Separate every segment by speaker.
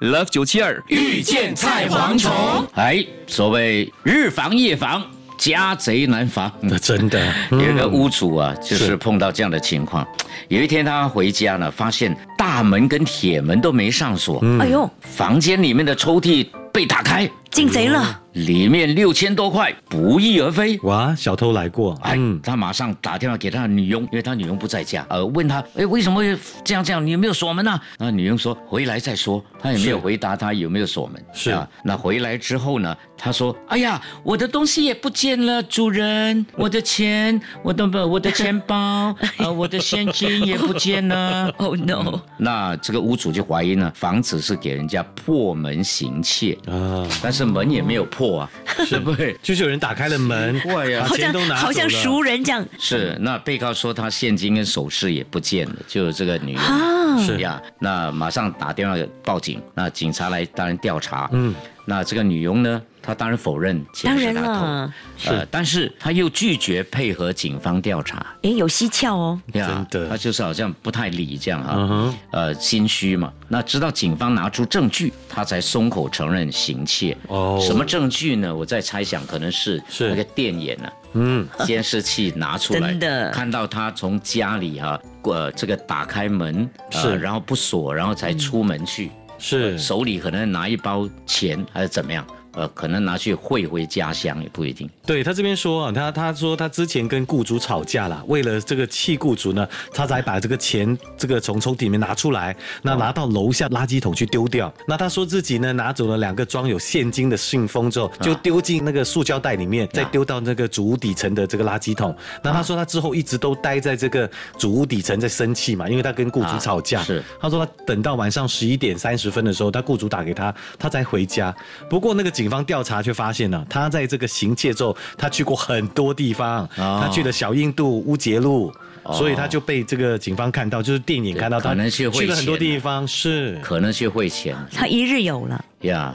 Speaker 1: Love 九七二
Speaker 2: 遇见菜蝗虫。
Speaker 3: 哎，所谓日防夜防，家贼难防。嗯
Speaker 2: 嗯
Speaker 4: 那真的，
Speaker 3: 有一个屋主啊，就是
Speaker 4: 是
Speaker 3: 碰到这样的情况。
Speaker 2: 嗯
Speaker 3: 有一天他回家呢，发现大门跟铁门都没上锁，
Speaker 2: 哎呦，
Speaker 3: 房间里面的抽屉被打开，
Speaker 2: 进贼了！
Speaker 3: 里面六千多块不翼而飞。
Speaker 4: 哇，小偷来过，
Speaker 3: 哎，他马上打电话给他的女佣，因为他女佣不在家，呃，问他，哎，为什么这样这样？你有没有锁门啊？那女佣说回来再说，他也没有
Speaker 4: 是
Speaker 3: 回答他有没有锁门。
Speaker 4: 是
Speaker 3: 啊，那回来之后呢，他说，哎呀，我的东西也不见了，主人，我的钱，我的不，我的钱包，呃，我的现金也不见 了。
Speaker 2: Oh no！
Speaker 3: 那这个屋主就怀疑呢，房子是给人家破门行窃，
Speaker 2: 嗯
Speaker 4: 啊，
Speaker 3: 但是门也没有破啊，对不 对？
Speaker 4: 就是有人打开了门，
Speaker 3: 怪呀
Speaker 4: 把
Speaker 2: 好
Speaker 4: 钱
Speaker 2: 像
Speaker 4: 都拿走了
Speaker 2: 好像熟人这样，
Speaker 3: 是，那被告说他现金跟首饰也不见了，就是这个女人。
Speaker 2: 啊
Speaker 4: 是
Speaker 3: 呀，那马上打电话报警，那警察来当然调查。
Speaker 4: 嗯，
Speaker 3: 那这个女佣呢，她当然否认钱
Speaker 2: 当
Speaker 3: 是
Speaker 2: 然
Speaker 3: 她偷，
Speaker 2: 了，
Speaker 3: 呃，但是她又拒绝配合警方调查。
Speaker 2: 哎，有蹊跷哦，
Speaker 3: 呀，
Speaker 4: 真的
Speaker 3: 她就是好像不太理这样
Speaker 4: 嗯
Speaker 3: 啊，
Speaker 4: 哼，
Speaker 3: 呃，心虚嘛。那直到警方拿出证据，她才松口承认行窃。
Speaker 4: 哦
Speaker 3: 什么证据呢？我在猜想，可能是
Speaker 4: 是
Speaker 3: 那个电眼啊。
Speaker 4: 嗯，
Speaker 3: 监视器拿出来，
Speaker 2: 真的
Speaker 3: 看到他从家里哈、呃，这个打开门，呃
Speaker 4: 是嗯
Speaker 3: 然后不锁，然后才出门去，
Speaker 4: 是
Speaker 3: 手里可能拿一包钱还是怎么样，呃，可能拿去汇回家乡也不一定。
Speaker 4: 对他这边说啊，他他说他之前跟雇主吵架啦，为了这个气雇主呢，他才把这个钱这个从抽屉里面拿出来，那拿到楼下垃圾桶去丢掉。那他说自己呢拿走了两个装有现金的信封之后，
Speaker 2: 啊
Speaker 4: 就丢进那个塑胶袋里面，再丢到那个主屋底层的这个垃圾桶。那他说他之后一直都待在这个主屋底层在生气嘛，因为他跟雇主吵架。
Speaker 3: 啊是
Speaker 4: 他说他等到晚上十一点三十分的时候，他雇主打给他，他才回家。不过那个警方调查却发现呢、啊他在这个行窃之后，他去过很多地方，
Speaker 3: 哦
Speaker 4: 他去了小印度、乌节路，所以他就被这个警方看到，就是电影看到他
Speaker 3: 可能去
Speaker 4: 去
Speaker 3: 汇
Speaker 4: 了很多
Speaker 3: 钱啊
Speaker 4: 地方，是
Speaker 3: 可能去汇钱
Speaker 2: 他一日有了，
Speaker 3: 呀，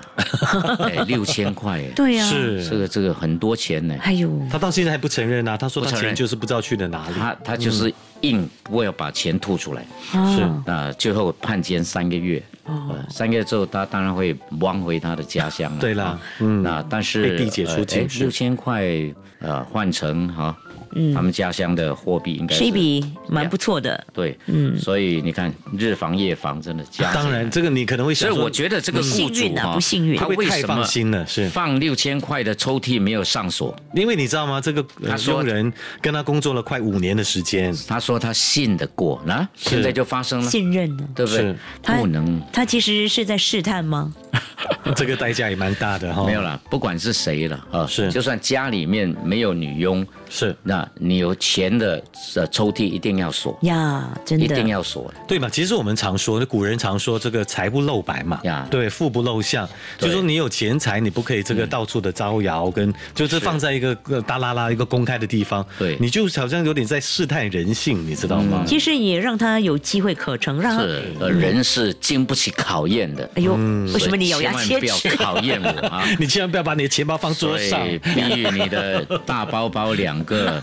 Speaker 3: 哎，六千块耶，
Speaker 2: 对呀，，啊
Speaker 3: 这
Speaker 4: 是。
Speaker 3: 个这个很多钱呢。
Speaker 2: 哎呦，
Speaker 4: 他到现在还不承认啊，他说
Speaker 3: 不
Speaker 4: 他
Speaker 3: 承认啊
Speaker 4: 钱就是不知道去了哪里。
Speaker 3: 他他
Speaker 2: 嗯
Speaker 3: 就是硬不要把钱吐出来，
Speaker 2: 啊，
Speaker 3: 那最后判监三个月。
Speaker 2: 哦
Speaker 3: 呃三个月之后，他当然会汪回他的家乡了。
Speaker 4: 对啦
Speaker 3: 啊
Speaker 4: 嗯
Speaker 3: 那但是呃哎
Speaker 4: 被地解除警示
Speaker 3: 六千块呃换成哈，他们家乡的货币应该
Speaker 2: 嗯是一笔蛮不错的，
Speaker 3: 对，嗯，所以你看日防夜防真的家。啊
Speaker 4: 当然，，这个你可能会
Speaker 3: 所
Speaker 4: 想
Speaker 3: 以
Speaker 4: 说，
Speaker 3: 我觉得这个雇主
Speaker 2: 幸运啊
Speaker 3: 哈
Speaker 2: 不幸运
Speaker 3: 他
Speaker 4: 会不
Speaker 3: 为
Speaker 4: 会太
Speaker 3: 什
Speaker 4: 放
Speaker 3: 么
Speaker 4: 心了？是，
Speaker 3: 放六千块的抽屉没有上锁？
Speaker 4: 因为你知道吗？这个呃
Speaker 3: 他说
Speaker 4: 佣人跟他工作了快五年的时间，
Speaker 3: 他说他信得过，那现在就发生了，
Speaker 2: 信任呢。
Speaker 3: 对不对
Speaker 4: 是？
Speaker 2: 他
Speaker 3: 不能
Speaker 2: 他其实是在试探吗？
Speaker 4: 这个代价也蛮大的哈。
Speaker 3: 没有啦，不管是谁了啊，
Speaker 4: 哦是
Speaker 3: 就算家里面没有女佣，
Speaker 4: 是
Speaker 3: 那你有钱的呃抽屉一定要锁，
Speaker 2: 呀，真
Speaker 3: 一
Speaker 2: 的
Speaker 3: 定要锁。
Speaker 4: 对嘛？其实我们常说，古人常说这个财不露白嘛
Speaker 3: 呀
Speaker 4: 对，富不露相，就
Speaker 3: 对
Speaker 4: 是说你有钱财，你不可以这个到处的招摇，跟就是放在一个呃大拉拉一个公开的地方，
Speaker 3: 对嗯
Speaker 4: 你就好像有点在试探人性，你知道吗？
Speaker 2: 其实也让他有机会可乘，让他
Speaker 3: 是，呃，人是经不起考验的。
Speaker 2: 哎呦，嗯为什么你咬牙
Speaker 3: 所以
Speaker 2: 切
Speaker 3: 千万不要？
Speaker 2: 齿
Speaker 3: 考验我啊！
Speaker 4: 你千万不要把你的钱包放 桌
Speaker 3: 所
Speaker 4: 上，
Speaker 3: 以，碧玉，你的大包包两个，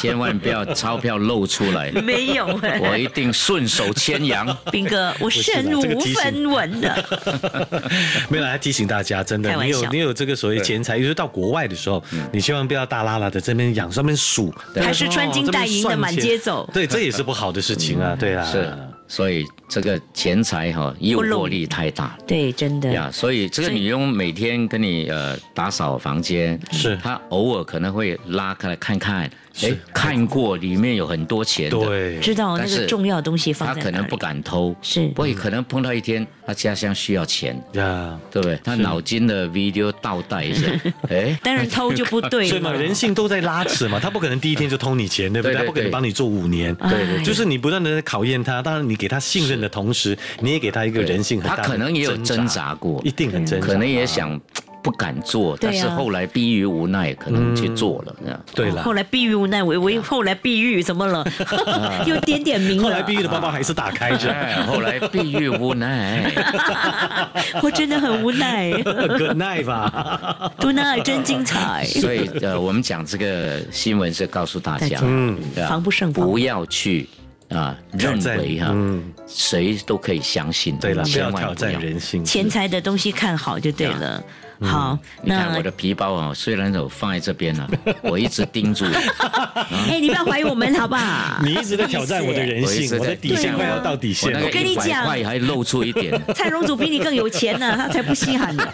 Speaker 3: 千万不要钞票露出 来，
Speaker 2: 没有哎、
Speaker 3: 我一啊定顺手牵羊。
Speaker 2: 斌哥，我身
Speaker 4: 这个
Speaker 2: 无
Speaker 4: 提醒
Speaker 2: 分文的。
Speaker 4: 没有来提醒大家，真的
Speaker 2: 开，玩
Speaker 4: 你有
Speaker 2: 笑
Speaker 4: 你有这个所谓钱财，就是到国外的时候，你千万不要大拉拉的这边仰上面数，
Speaker 3: 嗯对
Speaker 2: 还是穿金戴银的满街走
Speaker 4: 哦这边算钱对，这也是不好的事情啊，对啊，
Speaker 3: 嗯是，所以这个钱财哈、诱
Speaker 2: 不露
Speaker 3: 惑力太大了。
Speaker 2: 对，真的
Speaker 3: 呀，所以这个
Speaker 2: 所以
Speaker 3: 女佣每天跟你呃打扫房间，嗯
Speaker 4: 是
Speaker 3: 她偶尔可能会拉开来看看，哎，看过里面有很多钱的，，
Speaker 4: 对，
Speaker 2: 知道那
Speaker 3: 但
Speaker 2: 个
Speaker 3: 是
Speaker 2: 重要的东西放
Speaker 3: 她
Speaker 2: 在
Speaker 3: 可
Speaker 2: 哪
Speaker 3: 能
Speaker 2: 里
Speaker 3: 不敢偷，
Speaker 2: 是
Speaker 3: 不过也可能碰到一天她家乡需要钱，
Speaker 4: 呀。
Speaker 3: 对不对？她脑筋的 video 倒带 一下，哎，
Speaker 2: 当然偷就不对
Speaker 4: 所以嘛，
Speaker 2: 了。
Speaker 4: 人性都在拉扯嘛，他不可能第一天就偷你钱，对不对？
Speaker 3: 对对
Speaker 4: 他不可能
Speaker 3: 对哎
Speaker 4: 帮你做五年，
Speaker 2: 对对对
Speaker 4: 就是你不断的在考验他。当然，你给他信任的同时，你也给他一个
Speaker 3: 对
Speaker 4: 人性很
Speaker 3: 她
Speaker 4: 大的
Speaker 3: 可能也有挣，扎过
Speaker 4: 一，定很挣扎，
Speaker 3: 可能也想。不敢做，
Speaker 2: 对啊
Speaker 3: 但是后来逼于无奈，可能去做了。这样
Speaker 4: 对
Speaker 2: 哦
Speaker 4: 了啊
Speaker 2: 后。来碧玉无奈，我我后来碧玉怎 么了？又点点名了。
Speaker 4: 后来碧玉的包包还是打开 着。
Speaker 3: 哎，后来逼于无 奈，
Speaker 2: 我真的很无 奈。
Speaker 4: Good night 吧，
Speaker 2: 杜娜真精彩，
Speaker 3: 所以呃，我们讲这个新闻是告诉大
Speaker 2: 大
Speaker 3: 家
Speaker 2: 家，
Speaker 3: 嗯，对啊
Speaker 2: 防不胜防
Speaker 3: 不要去啊、
Speaker 4: 挑
Speaker 3: 认
Speaker 4: 战
Speaker 3: 为哈、
Speaker 4: 嗯
Speaker 3: 谁都可以相信，
Speaker 4: 对了，不要
Speaker 3: 千
Speaker 4: 挑
Speaker 3: 万不
Speaker 4: 战
Speaker 3: 要。
Speaker 4: 人性。
Speaker 2: 钱财的东西看好就对了。
Speaker 4: 啊
Speaker 2: 好，
Speaker 4: 嗯
Speaker 3: 你看
Speaker 2: 那
Speaker 3: 我的皮包啊，虽然有放在这边 了、我一直盯住，
Speaker 2: 哎，你不要怀疑我们好不 好？
Speaker 4: 你一直在挑战我的人
Speaker 3: 我一
Speaker 4: 性，
Speaker 3: 直
Speaker 4: 我的
Speaker 3: 在
Speaker 4: 底线
Speaker 2: 对啊
Speaker 4: 快要到底
Speaker 3: 我
Speaker 4: 线
Speaker 3: 那
Speaker 4: 了
Speaker 3: 个。
Speaker 2: 跟你
Speaker 3: 一百
Speaker 2: 讲
Speaker 3: 块还露出一 点。
Speaker 4: 哦
Speaker 2: 蔡荣祖比你更有钱呢，他才不稀罕呢。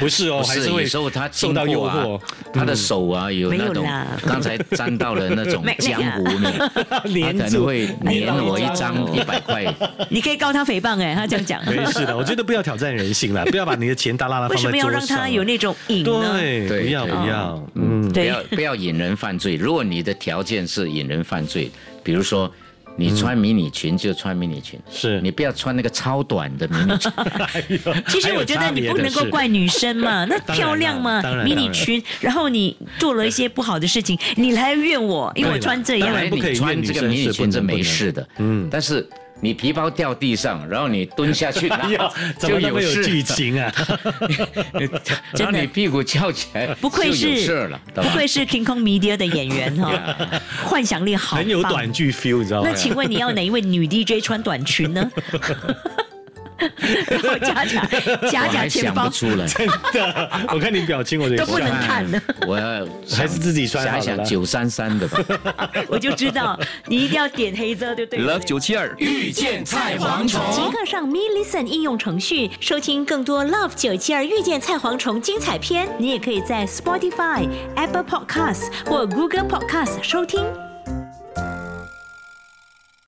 Speaker 4: 不是哦，
Speaker 3: 不
Speaker 4: 还
Speaker 3: 是，
Speaker 4: 是
Speaker 3: 有
Speaker 4: 会
Speaker 3: 时候他经
Speaker 4: 受到诱
Speaker 3: 过啊
Speaker 4: 惑。嗯
Speaker 3: 他的手啊有
Speaker 2: 没有
Speaker 3: 那种
Speaker 2: 啦
Speaker 3: 刚才沾到了那种
Speaker 2: 没没
Speaker 3: 浆糊呢，他
Speaker 4: 黏
Speaker 3: 可能
Speaker 4: 住
Speaker 3: 会
Speaker 4: 黏
Speaker 3: 粘
Speaker 4: 到
Speaker 3: 我一
Speaker 4: 张
Speaker 3: 张
Speaker 2: 哦
Speaker 3: 一百块。
Speaker 2: 你可以告他诽谤哎，他这样讲，
Speaker 4: 没事的，我觉得不要挑战人性了，不要把你的钱大拉拉放
Speaker 2: 为
Speaker 4: 在
Speaker 2: 什
Speaker 4: 桌上。啊
Speaker 2: 么要让他有那种瘾呢？
Speaker 4: 对，
Speaker 3: 对
Speaker 4: 不要
Speaker 3: 对
Speaker 4: 不要，嗯，
Speaker 3: 不
Speaker 2: 对
Speaker 3: 要 不要引人犯罪。如果你的条件是引人犯罪，比如说你穿迷你裙就穿迷你裙，
Speaker 4: 是
Speaker 3: 你不要穿那个超短的迷 你裙。
Speaker 2: 其实我觉得你不能够怪女生 嘛，那
Speaker 4: 然
Speaker 2: 漂亮嘛
Speaker 4: 当然当，然
Speaker 2: 迷你裙，然后你做了一些不好的 事情，你来怨我，因为我穿这
Speaker 4: 当
Speaker 2: 样
Speaker 4: 然。不可以
Speaker 3: 你穿
Speaker 4: 怨
Speaker 3: 这个
Speaker 4: 女生
Speaker 3: 迷你
Speaker 4: 是不
Speaker 3: 裙
Speaker 4: 能
Speaker 3: 是
Speaker 4: 不
Speaker 3: 没
Speaker 4: 能
Speaker 3: 事的，
Speaker 4: 嗯
Speaker 3: 嗯，但是你皮包掉地上，然后你蹲下去拿
Speaker 4: 要，怎
Speaker 3: 就
Speaker 4: 么那么有
Speaker 3: 事
Speaker 4: 剧情啊？
Speaker 3: 然后你屁股翘起来，
Speaker 2: 不愧
Speaker 3: 就有
Speaker 2: 是
Speaker 3: 事儿了，
Speaker 2: 不
Speaker 3: 懂吧
Speaker 2: 愧是 King Kong Media 的演员哈，幻想力好 棒
Speaker 4: 很有短剧 feel，你知道吗
Speaker 2: 那？请问你要哪一位女 DJ 穿短裙 呢？ 然后加加加
Speaker 3: 我
Speaker 2: 加
Speaker 3: 还
Speaker 2: 钱
Speaker 3: 想
Speaker 2: 包
Speaker 3: 不出来，
Speaker 4: 真的，我看你表情，我就
Speaker 2: 都不能
Speaker 4: 想
Speaker 2: 看了，
Speaker 3: 我要
Speaker 4: 还是自己穿好
Speaker 3: 想
Speaker 4: 了
Speaker 3: 一哎想
Speaker 4: 啦
Speaker 3: 九三三 的吧。
Speaker 2: 我就知道你一定要点黑色，对不对
Speaker 1: Love 九七二遇见菜蝗虫。
Speaker 2: 即刻上 Me Listen 应用程序收听更多 Love 九七二遇见菜蝗虫精彩片。你也可以在 Spotify、Apple Podcasts 或 Google Podcasts 收听。